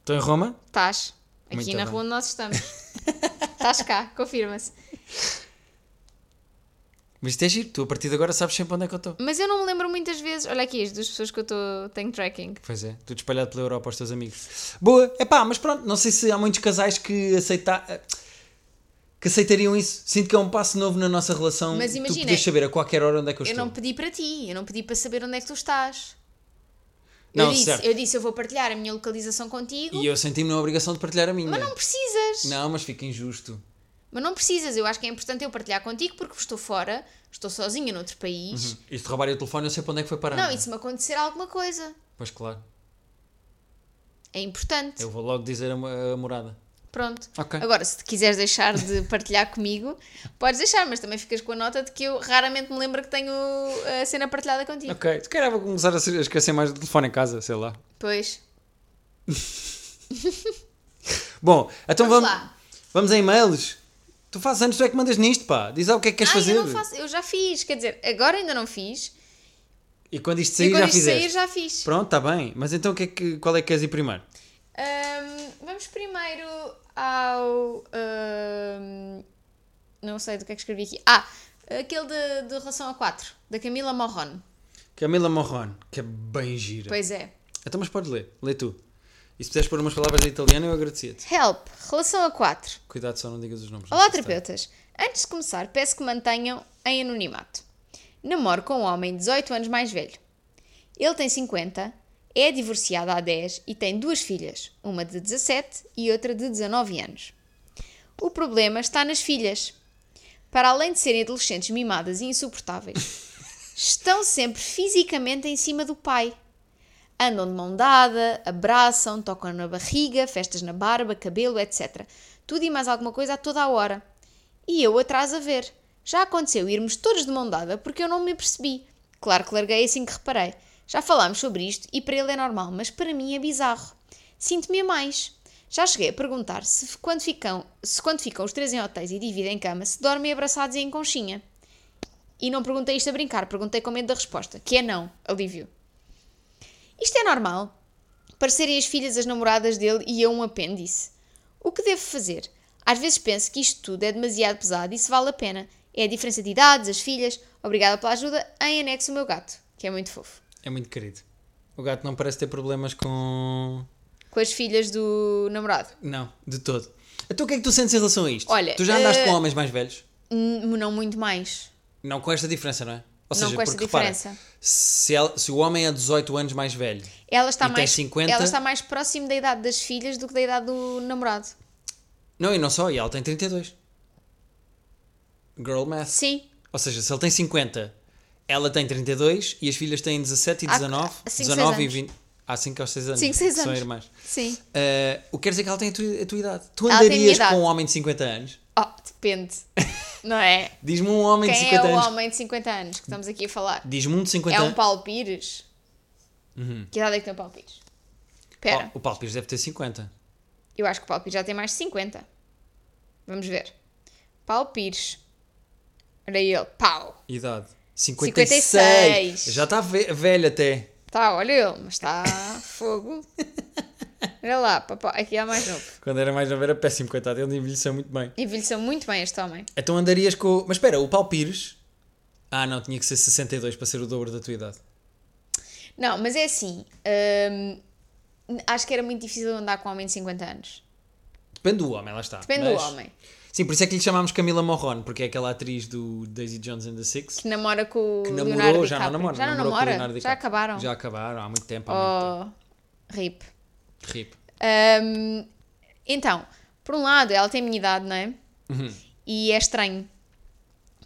Speaker 2: Estou em Roma?
Speaker 1: Estás. Aqui
Speaker 2: Muito
Speaker 1: na
Speaker 2: bem.
Speaker 1: rua onde nós estamos. estás cá,
Speaker 2: (laughs)
Speaker 1: confirma-se.
Speaker 2: Mas isto é giro, tu a partir de agora sabes sempre onde é que eu estou.
Speaker 1: Mas eu não me lembro muitas vezes. Olha aqui, as duas pessoas que eu tô, tenho tracking.
Speaker 2: Pois é, tudo espalhado pela Europa aos teus amigos. Boa, é pá, mas pronto, não sei se há muitos casais que aceitar que aceitariam isso. Sinto que é um passo novo na nossa relação.
Speaker 1: Mas
Speaker 2: tu
Speaker 1: imagina-
Speaker 2: podias saber a qualquer hora onde é que eu,
Speaker 1: Eu
Speaker 2: estou.
Speaker 1: não pedi para ti, eu não pedi para saber onde é que tu estás. eu,
Speaker 2: Não,
Speaker 1: disse,
Speaker 2: certo.
Speaker 1: eu disse, eu vou partilhar a minha localização contigo,
Speaker 2: E eu senti-me na obrigação de partilhar a minha.
Speaker 1: mas não precisas.
Speaker 2: Não, mas fica injusto.
Speaker 1: Mas não precisas, eu acho que é importante eu partilhar contigo porque estou fora, estou sozinha noutro país.
Speaker 2: Hum. Isto de roubar o telefone, eu sei para onde é que foi parar.
Speaker 1: Não,
Speaker 2: é?
Speaker 1: e se me acontecer alguma coisa,
Speaker 2: Pois claro,
Speaker 1: é importante.
Speaker 2: eu vou logo dizer a, mo- a morada.
Speaker 1: Pronto.
Speaker 2: Ok.
Speaker 1: Agora, se te quiseres deixar de (laughs) partilhar comigo, podes deixar, mas também ficas com a nota de que eu raramente me lembro que tenho eh, a cena partilhada contigo.
Speaker 2: Ok, se calhar vou começar a se- a esquecer mais do telefone em casa, sei lá.
Speaker 1: Pois.
Speaker 2: Bom, então
Speaker 1: Vamos
Speaker 2: vamos,
Speaker 1: lá.
Speaker 2: vamos a e-mails. Tu fazes anos, tu é que mandas nisto, pá. Diz lá o que é que queres
Speaker 1: Ah,
Speaker 2: fazer.
Speaker 1: eu não faço, eu já fiz, quer dizer, agora ainda não fiz.
Speaker 2: E quando isto
Speaker 1: e
Speaker 2: sair,
Speaker 1: quando
Speaker 2: já
Speaker 1: isto
Speaker 2: fizeste.
Speaker 1: sair, já fiz.
Speaker 2: Pronto, está bem. Mas então o que é que, qual é que queres ir primeiro?
Speaker 1: Ahm, vamos primeiro ao. ahm, não sei do que é que escrevi aqui. Ah, aquele de, de Relação a 4, da Camila Morron.
Speaker 2: Camila Morrone, que é bem gira.
Speaker 1: Pois é.
Speaker 2: Então, mas podes ler. Lê tu. E se puderes pôr umas palavras em italiano, eu agradecia-te.
Speaker 1: Help, Relação a 4.
Speaker 2: Cuidado, só não digas os nomes.
Speaker 1: Olá,
Speaker 2: Não sei se
Speaker 1: terapeutas. Antes de começar, peço que mantenham em anonimato. Namoro com um homem 18 anos mais velho. Ele tem 50, é divorciado há 10 e tem duas filhas, uma de 17 e outra de 19 anos. O problema está nas filhas. Para além de serem adolescentes mimadas e insuportáveis, estão sempre fisicamente em cima do pai. Andam de mão dada, abraçam, tocam na barriga, festas na barba, cabelo, etc. Tudo e mais alguma coisa a toda a hora. E eu atrás a ver. Já aconteceu irmos todos de mão dada porque eu não me percebi. Claro que larguei assim que reparei. Já falámos sobre isto e para ele é normal, mas para mim é bizarro. Sinto-me a mais. Já cheguei a perguntar se quando, ficam, se quando ficam os três em hotéis e dividem cama, se dormem abraçados e em conchinha. E não perguntei isto a brincar, perguntei com medo da resposta, que é não, alívio. Isto é normal. Parecerem as filhas as namoradas dele e eu um apêndice. O que devo fazer? Às vezes penso que isto tudo é demasiado pesado e se vale a pena. É a diferença de idades, as filhas. Obrigada pela ajuda. Em anexo o meu gato, que é muito fofo.
Speaker 2: É muito querido. O gato não parece ter problemas com.
Speaker 1: Com as filhas do namorado.
Speaker 2: Não, de todo. Então o que é que tu sentes em relação a isto?
Speaker 1: Olha,
Speaker 2: tu já andaste
Speaker 1: eh,
Speaker 2: com homens mais velhos?
Speaker 1: N- não muito mais.
Speaker 2: Não com esta diferença, não é? Ou
Speaker 1: Não com esta diferença.
Speaker 2: se, ela- se o homem é 18 anos mais velho,
Speaker 1: Ela está,
Speaker 2: E tem
Speaker 1: mais,
Speaker 2: 50?
Speaker 1: ela está mais próximo da idade das filhas do que da idade do namorado.
Speaker 2: não, e não só, e ela tem 32. Girl math.
Speaker 1: Sim.
Speaker 2: Ou seja, se ele tem 50, ela tem 32 e as filhas têm 17 e
Speaker 1: Há-
Speaker 2: 19,
Speaker 1: há cinco,
Speaker 2: 19 e
Speaker 1: seis
Speaker 2: 20. Há 5 ou 6 anos.
Speaker 1: Cinco, seis
Speaker 2: que São
Speaker 1: anos.
Speaker 2: irmãs.
Speaker 1: Sim.
Speaker 2: Ah, o que quer dizer que ela tem a tua, a tua idade. Tu
Speaker 1: Ela tem a minha
Speaker 2: andarias
Speaker 1: idade.
Speaker 2: com um homem de 50 anos?
Speaker 1: Oh, depende. Não é?
Speaker 2: Diz-me um homem de
Speaker 1: Quem é
Speaker 2: 50
Speaker 1: o
Speaker 2: anos.
Speaker 1: homem de 50 anos que estamos aqui a falar?
Speaker 2: Diz-me um de 50
Speaker 1: É um
Speaker 2: anos.
Speaker 1: Paulo Pires?
Speaker 2: Uhum.
Speaker 1: Que idade é que tem o Paulo Pires? Espera,
Speaker 2: Oh, o Paulo Pires deve ter 50.
Speaker 1: eu acho que o Paulo Pires já tem mais de 50. Vamos ver. Paulo Pires. Olha ele, pau.
Speaker 2: Idade. 56.
Speaker 1: 56.
Speaker 2: Já está ve- velho até.
Speaker 1: Tá, olha ele, mas
Speaker 2: (laughs)
Speaker 1: está fogo. Olha lá, papai, aqui há mais novo.
Speaker 2: Quando era mais novo era péssimo, coitado. Ele envelheceu muito bem.
Speaker 1: Envelheceu muito bem este homem.
Speaker 2: Então andarias com. o- Mas espera, o Paulo Pires. Ah, não, tinha que ser 62 para ser o dobro da tua idade.
Speaker 1: Não, mas é assim. hum, acho que era muito difícil andar com um homem de 50 anos.
Speaker 2: Depende do homem, lá está.
Speaker 1: Depende
Speaker 2: Mas-
Speaker 1: do homem.
Speaker 2: Sim, por isso é que lhe chamámos Camila Morrone, porque é aquela atriz do Daisy Jones and the Six.
Speaker 1: Que namora com o
Speaker 2: Que
Speaker 1: Leonardo
Speaker 2: namorou,
Speaker 1: DiCaprio.
Speaker 2: já não namora.
Speaker 1: Já não
Speaker 2: namorou com o Leonardo
Speaker 1: namora? Já
Speaker 2: DiCaprio.
Speaker 1: acabaram?
Speaker 2: Já acabaram, há muito tempo. Há
Speaker 1: Oh, rip.
Speaker 2: muito... Rip.
Speaker 1: Hum, então, por um lado, ela tem a minha idade, não é?
Speaker 2: Uhum.
Speaker 1: E é estranho.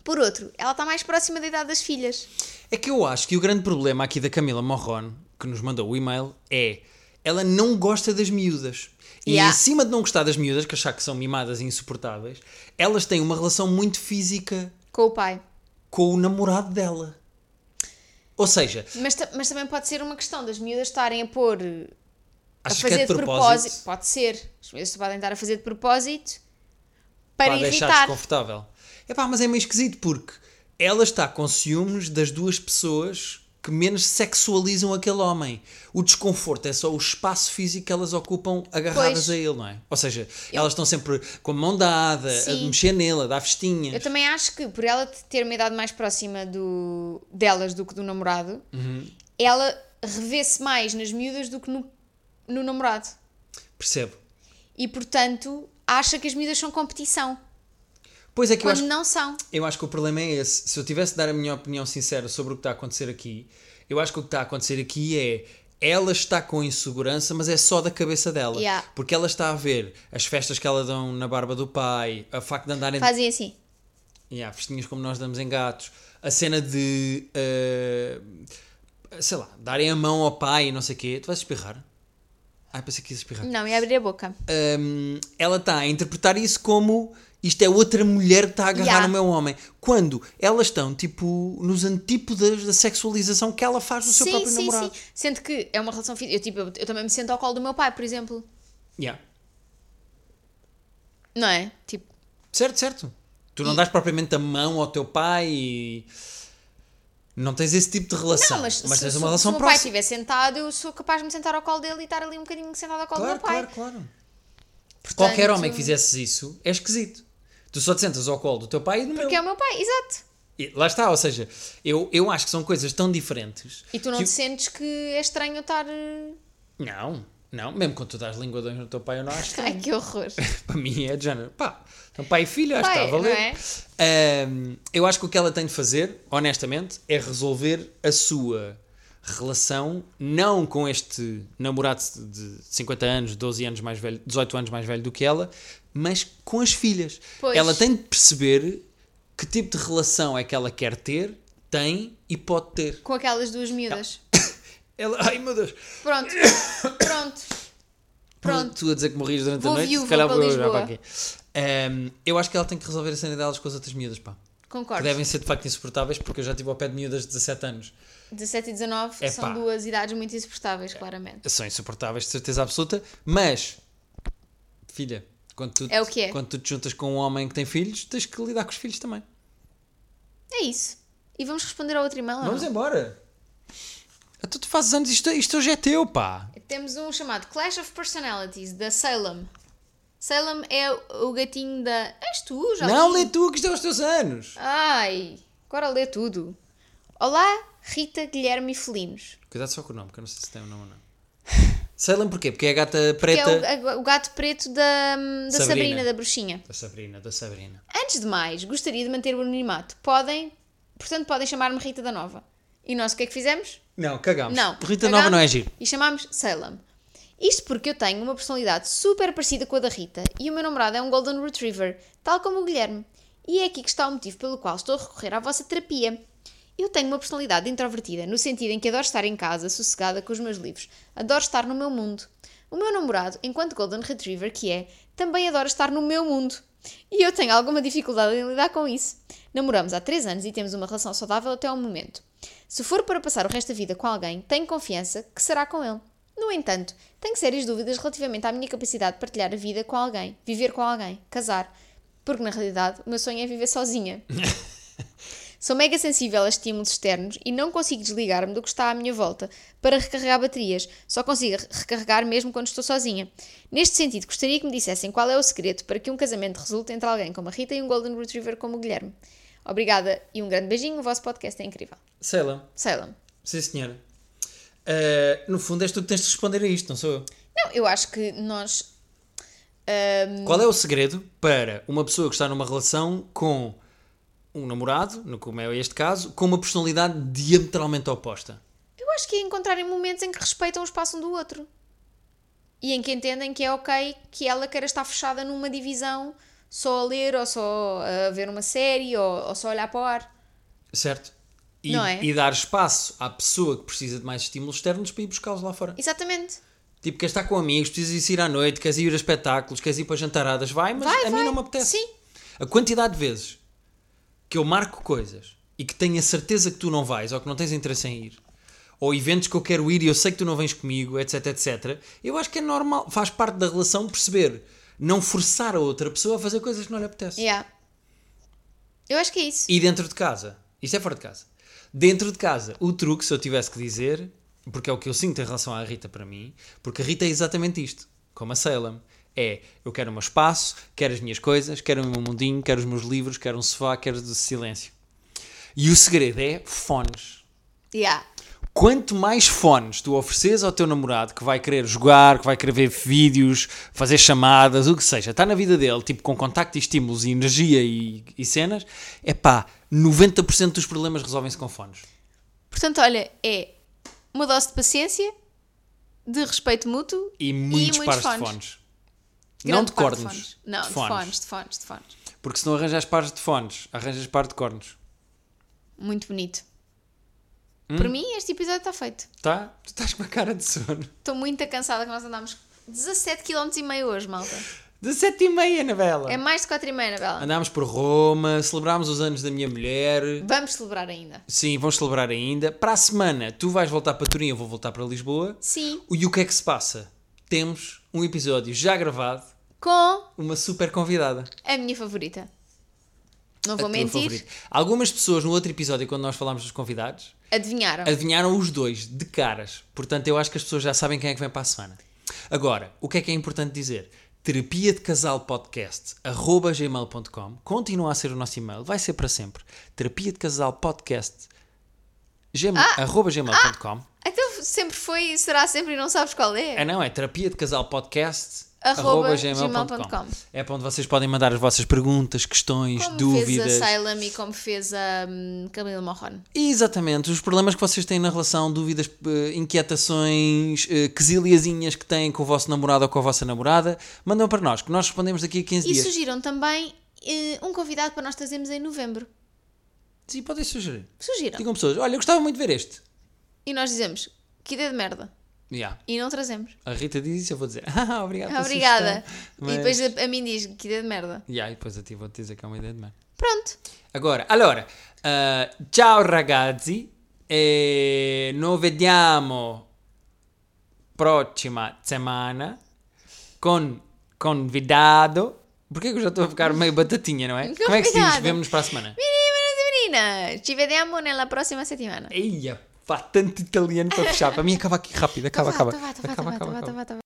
Speaker 1: Por outro, ela está mais próxima da idade das filhas.
Speaker 2: É que eu acho que o grande problema aqui da Camila Morrone, que nos mandou o e-mail, é ela não gosta das miúdas. E
Speaker 1: Yeah.
Speaker 2: acima de não gostar das miúdas, que achar que são mimadas e insuportáveis, elas têm uma relação muito física
Speaker 1: Com o pai.
Speaker 2: com o namorado dela. Ou seja,
Speaker 1: Mas, ta- mas também pode ser uma questão das miúdas estarem a pôr.
Speaker 2: achas
Speaker 1: a fazer
Speaker 2: que é de propósito
Speaker 1: Pode ser. As miúdas podem estar a fazer de propósito para
Speaker 2: para deixar
Speaker 1: irritar.
Speaker 2: desconfortável. Epá, mas é meio esquisito porque ela está com ciúmes das duas pessoas que menos sexualizam aquele homem. O desconforto é só o espaço físico que elas ocupam agarradas
Speaker 1: Pois.
Speaker 2: a ele, não é? Ou seja, elas estão sempre com a mão dada, a
Speaker 1: Sim.
Speaker 2: mexer nele, a dar festinhas.
Speaker 1: Eu também acho que por ela ter uma idade mais próxima do, delas do que do namorado,
Speaker 2: Uhum.
Speaker 1: ela revê-se mais nas miúdas do que no, no namorado.
Speaker 2: Percebo.
Speaker 1: E portanto, acha que as miúdas são competição,
Speaker 2: Pois é que eu
Speaker 1: quando
Speaker 2: acho,
Speaker 1: não são.
Speaker 2: eu acho que o problema é esse. Se eu tivesse de dar a minha opinião sincera sobre o que está a acontecer aqui, eu acho que o que está a acontecer aqui é ela está com insegurança, mas é só da cabeça dela.
Speaker 1: Yeah.
Speaker 2: Porque ela está a ver as festas que ela dão na barba do pai, a facto de andarem
Speaker 1: Fazem assim.
Speaker 2: E há festinhas como nós damos em gatos. A cena de. eh, sei lá, darem a mão ao pai e não sei o quê. Tu vais espirrar? Ai, pensei que ia espirrar.
Speaker 1: Não, e abrir a boca.
Speaker 2: É Ahm, ela está a interpretar isso como. Isto é outra mulher que está a agarrar
Speaker 1: Yeah.
Speaker 2: o meu homem. Quando elas estão, tipo, nos antípodas da sexualização que ela faz do seu
Speaker 1: Sim,
Speaker 2: próprio
Speaker 1: sim,
Speaker 2: namorado.
Speaker 1: sim. Sendo que é uma relação física. Eu, tipo, eu, eu também me sento ao colo do meu pai, por exemplo.
Speaker 2: Yeah.
Speaker 1: Não é? Tipo,
Speaker 2: Certo, certo. Tu não dás propriamente a mão ao teu pai e. Não tens esse tipo de relação.
Speaker 1: não, mas, se,
Speaker 2: tens
Speaker 1: se-
Speaker 2: uma relação
Speaker 1: se o meu pai
Speaker 2: próxima.
Speaker 1: estiver sentado, eu sou capaz de me sentar ao colo dele e estar ali um bocadinho sentado ao colo
Speaker 2: Claro,
Speaker 1: do meu pai.
Speaker 2: claro, claro.
Speaker 1: Portanto,
Speaker 2: Qualquer homem que fizesse isso é esquisito. Tu só te sentas ao colo do teu pai e do meu.
Speaker 1: Que é o meu pai, exato.
Speaker 2: E lá está, ou seja, eu, eu acho que são coisas tão diferentes.
Speaker 1: E tu não
Speaker 2: que
Speaker 1: te sentes que é estranho eu estar. eh,
Speaker 2: eu- Não, não, mesmo quando tu dás linguadões no teu pai, eu não acho. (laughs)
Speaker 1: Ai, que horror.
Speaker 2: Para mim é de género. Pá, então pai e filho, acho que
Speaker 1: Pai,
Speaker 2: está a valer.
Speaker 1: não é?
Speaker 2: Ahm, eu acho que o que ela tem de fazer, honestamente, é resolver a sua relação, não com este namorado de 50 anos, 12 anos mais velho, 18 anos mais velho do que ela, mas com as filhas.
Speaker 1: Pois.
Speaker 2: Ela tem de perceber que tipo de relação é que ela quer ter, tem e pode ter.
Speaker 1: Com aquelas duas miúdas.
Speaker 2: Ela, ai meu Deus,
Speaker 1: Pronto,
Speaker 2: (coughs)
Speaker 1: pronto. Pronto.
Speaker 2: tu a dizer que morrias durante
Speaker 1: Vou
Speaker 2: a noite,
Speaker 1: viúva
Speaker 2: se calhar
Speaker 1: para
Speaker 2: vou já
Speaker 1: Lisboa.
Speaker 2: para aqui. Ahm, eu acho que ela tem que resolver a cena delas com as outras miúdas, pá. Que
Speaker 1: Concordo.
Speaker 2: devem ser de facto insuportáveis, porque eu já estive ao pé de miúdas de 17 anos.
Speaker 1: 17 e 19
Speaker 2: Epá. É.
Speaker 1: são duas idades muito insuportáveis, claramente.
Speaker 2: São insuportáveis, de certeza absoluta, mas Filha, quando tu,
Speaker 1: É o que é.
Speaker 2: quando tu te juntas com um homem que tem filhos, tens que lidar com os filhos também.
Speaker 1: É isso. E vamos responder ao outro e-mail ou
Speaker 2: Vamos
Speaker 1: não?
Speaker 2: embora. Então tu fazes anos, isto, isto hoje é teu, pá.
Speaker 1: Temos um chamado Clash of Personalities, da Salem. Salem é o o gatinho da... És tu? Já
Speaker 2: Não
Speaker 1: li.
Speaker 2: lê tu que isto é os teus anos.
Speaker 1: Ai, agora lê tudo. Olá, Rita, Guilherme e Felinos.
Speaker 2: Cuidado só com o nome, que eu não sei se tem o nome ou não. Salem porquê? Porque é a gata
Speaker 1: Que é
Speaker 2: preta
Speaker 1: o, a- o gato preto da, hum, da
Speaker 2: Sabrina.
Speaker 1: Sabrina. da bruxinha.
Speaker 2: da Sabrina, da Sabrina.
Speaker 1: Antes de mais, gostaria de manter o anonimato. Podem, portanto, podem chamar-me Rita da Nova. E nós o que é que fizemos?
Speaker 2: Não, cagámos.
Speaker 1: Não.
Speaker 2: Rita
Speaker 1: Cagámos
Speaker 2: Nova não é giro.
Speaker 1: E chamámos Salem. Isto porque eu tenho uma personalidade super parecida com a da Rita e o meu namorado é um Golden Retriever, tal como o Guilherme. E é aqui que está o motivo pelo qual estou a recorrer à vossa terapia. Eu tenho uma personalidade introvertida, no sentido em que adoro estar em casa, sossegada com os meus livros. Adoro estar no meu mundo. O meu namorado, enquanto Golden Retriever que é, também adora estar no meu mundo. E eu tenho alguma dificuldade em lidar com isso. Namoramos há 3 anos e temos uma relação saudável até ao momento. Se for para passar o resto da vida com alguém, tenho confiança que será com ele. No entanto, tenho sérias dúvidas relativamente à minha capacidade de partilhar a vida com alguém, viver com alguém, casar, porque na realidade o meu sonho é viver sozinha. Sou mega sensível a estímulos externos e não consigo desligar-me do que está à minha volta para recarregar baterias. Só consigo recarregar mesmo quando estou sozinha. Neste sentido, gostaria que me dissessem qual é o segredo para que um casamento resulte entre alguém como a Rita e um Golden Retriever como o Guilherme. Obrigada e um grande beijinho. O vosso podcast é incrível.
Speaker 2: Salem,
Speaker 1: Salem.
Speaker 2: sim senhora. Eh, no fundo és tu que tens de responder a isto, não sou eu.
Speaker 1: Não, eu acho que nós. Hum.
Speaker 2: Qual é o segredo para uma pessoa que está numa relação com um namorado, no como é este caso, com uma personalidade diametralmente oposta?
Speaker 1: Eu acho que é encontrarem momentos em que respeitam o espaço um do outro. E em que entendem que é ok que ela queira estar fechada numa divisão só a ler ou só a ver uma série ou, ou só a olhar para o ar.
Speaker 2: Certo? E,
Speaker 1: Não é?
Speaker 2: e dar espaço à pessoa que precisa de mais estímulos externos para ir buscá-los lá fora.
Speaker 1: Exatamente.
Speaker 2: Tipo, queres estar com amigos, precisas ir à noite, queres ir a espetáculos, queres ir para jantaradas, vai, mas
Speaker 1: Vai,
Speaker 2: a
Speaker 1: vai.
Speaker 2: mim não me apetece.
Speaker 1: Sim.
Speaker 2: A quantidade de vezes que eu marco coisas e que tenho a certeza que tu não vais ou que não tens interesse em ir, ou eventos que eu quero ir e eu sei que tu não vens comigo, etc, etc, eu acho que é normal, faz parte da relação perceber, não forçar a outra pessoa a fazer coisas que não lhe apetece.
Speaker 1: Yeah. Eu acho que é isso.
Speaker 2: E dentro de casa? Isto é fora de casa. Dentro de casa, o truque, se eu tivesse que dizer, porque é o que eu sinto em relação à Rita para mim, porque a Rita é exatamente isto, como a Salem. É, eu quero o meu espaço, quero as minhas coisas, quero o meu mundinho, quero os meus livros, quero um sofá, quero o silêncio. E o segredo é fones.
Speaker 1: Yeah.
Speaker 2: Quanto mais fones tu ofereces ao teu namorado que vai querer jogar, que vai querer ver vídeos, fazer chamadas, o que seja, está na vida dele, tipo com contacto e estímulos e energia e, e cenas, é pá, 90% dos problemas resolvem-se com fones.
Speaker 1: Portanto, olha, é uma dose de paciência, de respeito mútuo
Speaker 2: E muitos,
Speaker 1: muitos
Speaker 2: pares de
Speaker 1: fones.
Speaker 2: fones. não
Speaker 1: grande
Speaker 2: de
Speaker 1: par
Speaker 2: cornos.
Speaker 1: fones. Não,
Speaker 2: de
Speaker 1: de
Speaker 2: fones.
Speaker 1: fones, de fones, de fones.
Speaker 2: Porque se não arranjas pares de fones, arranjas par de cornos.
Speaker 1: Muito bonito.
Speaker 2: Hum?
Speaker 1: Por mim, este episódio está feito.
Speaker 2: Tá? Tu estás com a cara de sono.
Speaker 1: Estou muito cansada que nós andámos 17 km e meio hoje, malta.
Speaker 2: 17 e meia, Anabela.
Speaker 1: É mais de 4 e meia, Anabela.
Speaker 2: Andámos por Roma, celebrámos os anos da minha mulher.
Speaker 1: Vamos celebrar ainda.
Speaker 2: Sim, vão celebrar ainda. Para a semana, tu vais voltar para Turim, eu vou voltar para Lisboa.
Speaker 1: Sim.
Speaker 2: E o que é que se passa? Temos um episódio já gravado,
Speaker 1: Com
Speaker 2: uma super convidada.
Speaker 1: a minha favorita. Não vou
Speaker 2: A tua
Speaker 1: mentir.
Speaker 2: favorita. Algumas pessoas no outro episódio, quando nós falámos dos convidados,
Speaker 1: Adivinharam.
Speaker 2: adivinharam os dois de caras. Portanto, eu acho que as pessoas já sabem quem é que vem para a semana. Agora, o que é que é importante dizer? Terapia de Casal Podcast, arroba gmail.com, continua a ser o nosso e-mail, vai ser para sempre. Terapia de Casal Podcast, gmail,
Speaker 1: Ah!
Speaker 2: arroba gmail.com.
Speaker 1: Então sempre foi e será sempre e não sabes qual é.
Speaker 2: É não, é terapia de casal podcast
Speaker 1: Arroba
Speaker 2: arroba
Speaker 1: gmail.com.
Speaker 2: gmail.com. É para onde vocês podem mandar as vossas perguntas, questões,
Speaker 1: Como
Speaker 2: dúvidas.
Speaker 1: fez a Salem e como fez a hum, Camila Morron.
Speaker 2: Exatamente, os problemas que vocês têm na relação, dúvidas, eh, inquietações, eh, quesilhazinhas que têm com o vosso namorado ou com a vossa namorada, mandam para nós, que nós respondemos daqui a 15
Speaker 1: E
Speaker 2: dias.
Speaker 1: surgiram também eh, um convidado para nós trazermos em novembro.
Speaker 2: Sim, podem sugerir.
Speaker 1: Surgiram.
Speaker 2: Digam pessoas, olha, eu gostava muito de ver este.
Speaker 1: E nós dizemos, que ideia de merda.
Speaker 2: Yeah.
Speaker 1: E não trazemos.
Speaker 2: A Rita diz isso, eu vou dizer, (laughs) ah, obrigado pela
Speaker 1: Obrigada.
Speaker 2: sugestão."
Speaker 1: E
Speaker 2: Mas-
Speaker 1: depois a, a mim diz, que ideia de merda.
Speaker 2: Yeah, e depois a ti vou te dizer que é uma ideia de merda.
Speaker 1: Pronto.
Speaker 2: Agora, allora, eh, ciao ragazzi, e noi vediamo prossima settimana con convidado. Porquê que eu já estou a ficar meio batatinha, não é? Como é que se diz?
Speaker 1: Convidado.
Speaker 2: Vemos-nos para a semana.
Speaker 1: Meninas e meninas, ci vediamo nella prossima settimana.
Speaker 2: Eia, pá, tanto italiano para fechar. Para mim acaba aqui rápido. Acaba, acaba.
Speaker 1: Tá vá, tá vá, tá vá, tá vá,
Speaker 2: Acaba, acaba,
Speaker 1: tá
Speaker 2: acaba.
Speaker 1: vá, tá vá.